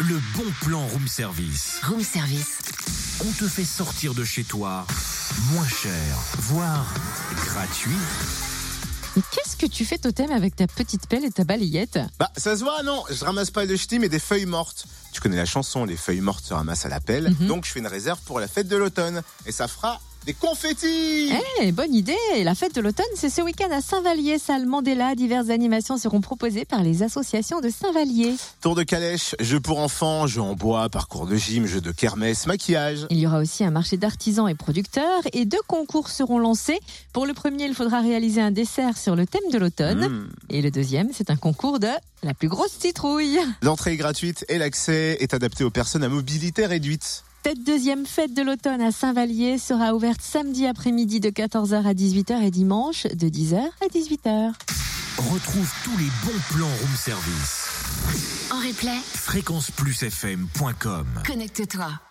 Le bon plan room service. Room service. On te fait sortir de chez toi moins cher, voire gratuit. Mais qu'est-ce que tu fais totem avec ta petite pelle et ta balayette Bah, ça se voit, non Je ramasse pas de ch'ti, mais des feuilles mortes. Tu connais la chanson, les feuilles mortes se ramassent à la pelle. Mhm. Donc, je fais une réserve pour la fête de l'automne. Et ça fera des confettis Eh, bonne idée La fête de l'automne, c'est ce week-end à Saint-Vallier, salle Mandela. Diverses animations seront proposées par les associations de Saint-Vallier. Tour de calèche, jeux pour enfants, jeux en bois, parcours de gym, jeux de kermesse, maquillage. Il y aura aussi un marché d'artisans et producteurs et deux concours seront lancés. Pour le premier, il faudra réaliser un dessert sur le thème de l'automne. Mhm. Et le deuxième, c'est un concours de la plus grosse citrouille. L'entrée est gratuite et l'accès est adapté aux personnes à mobilité réduite. Cette deuxième fête de l'automne à Saint-Vallier sera ouverte samedi après-midi de 14h à 18h et dimanche de 10h à 18h. Retrouve tous les bons plans room service. En replay, fréquenceplusfm.com connecte-toi.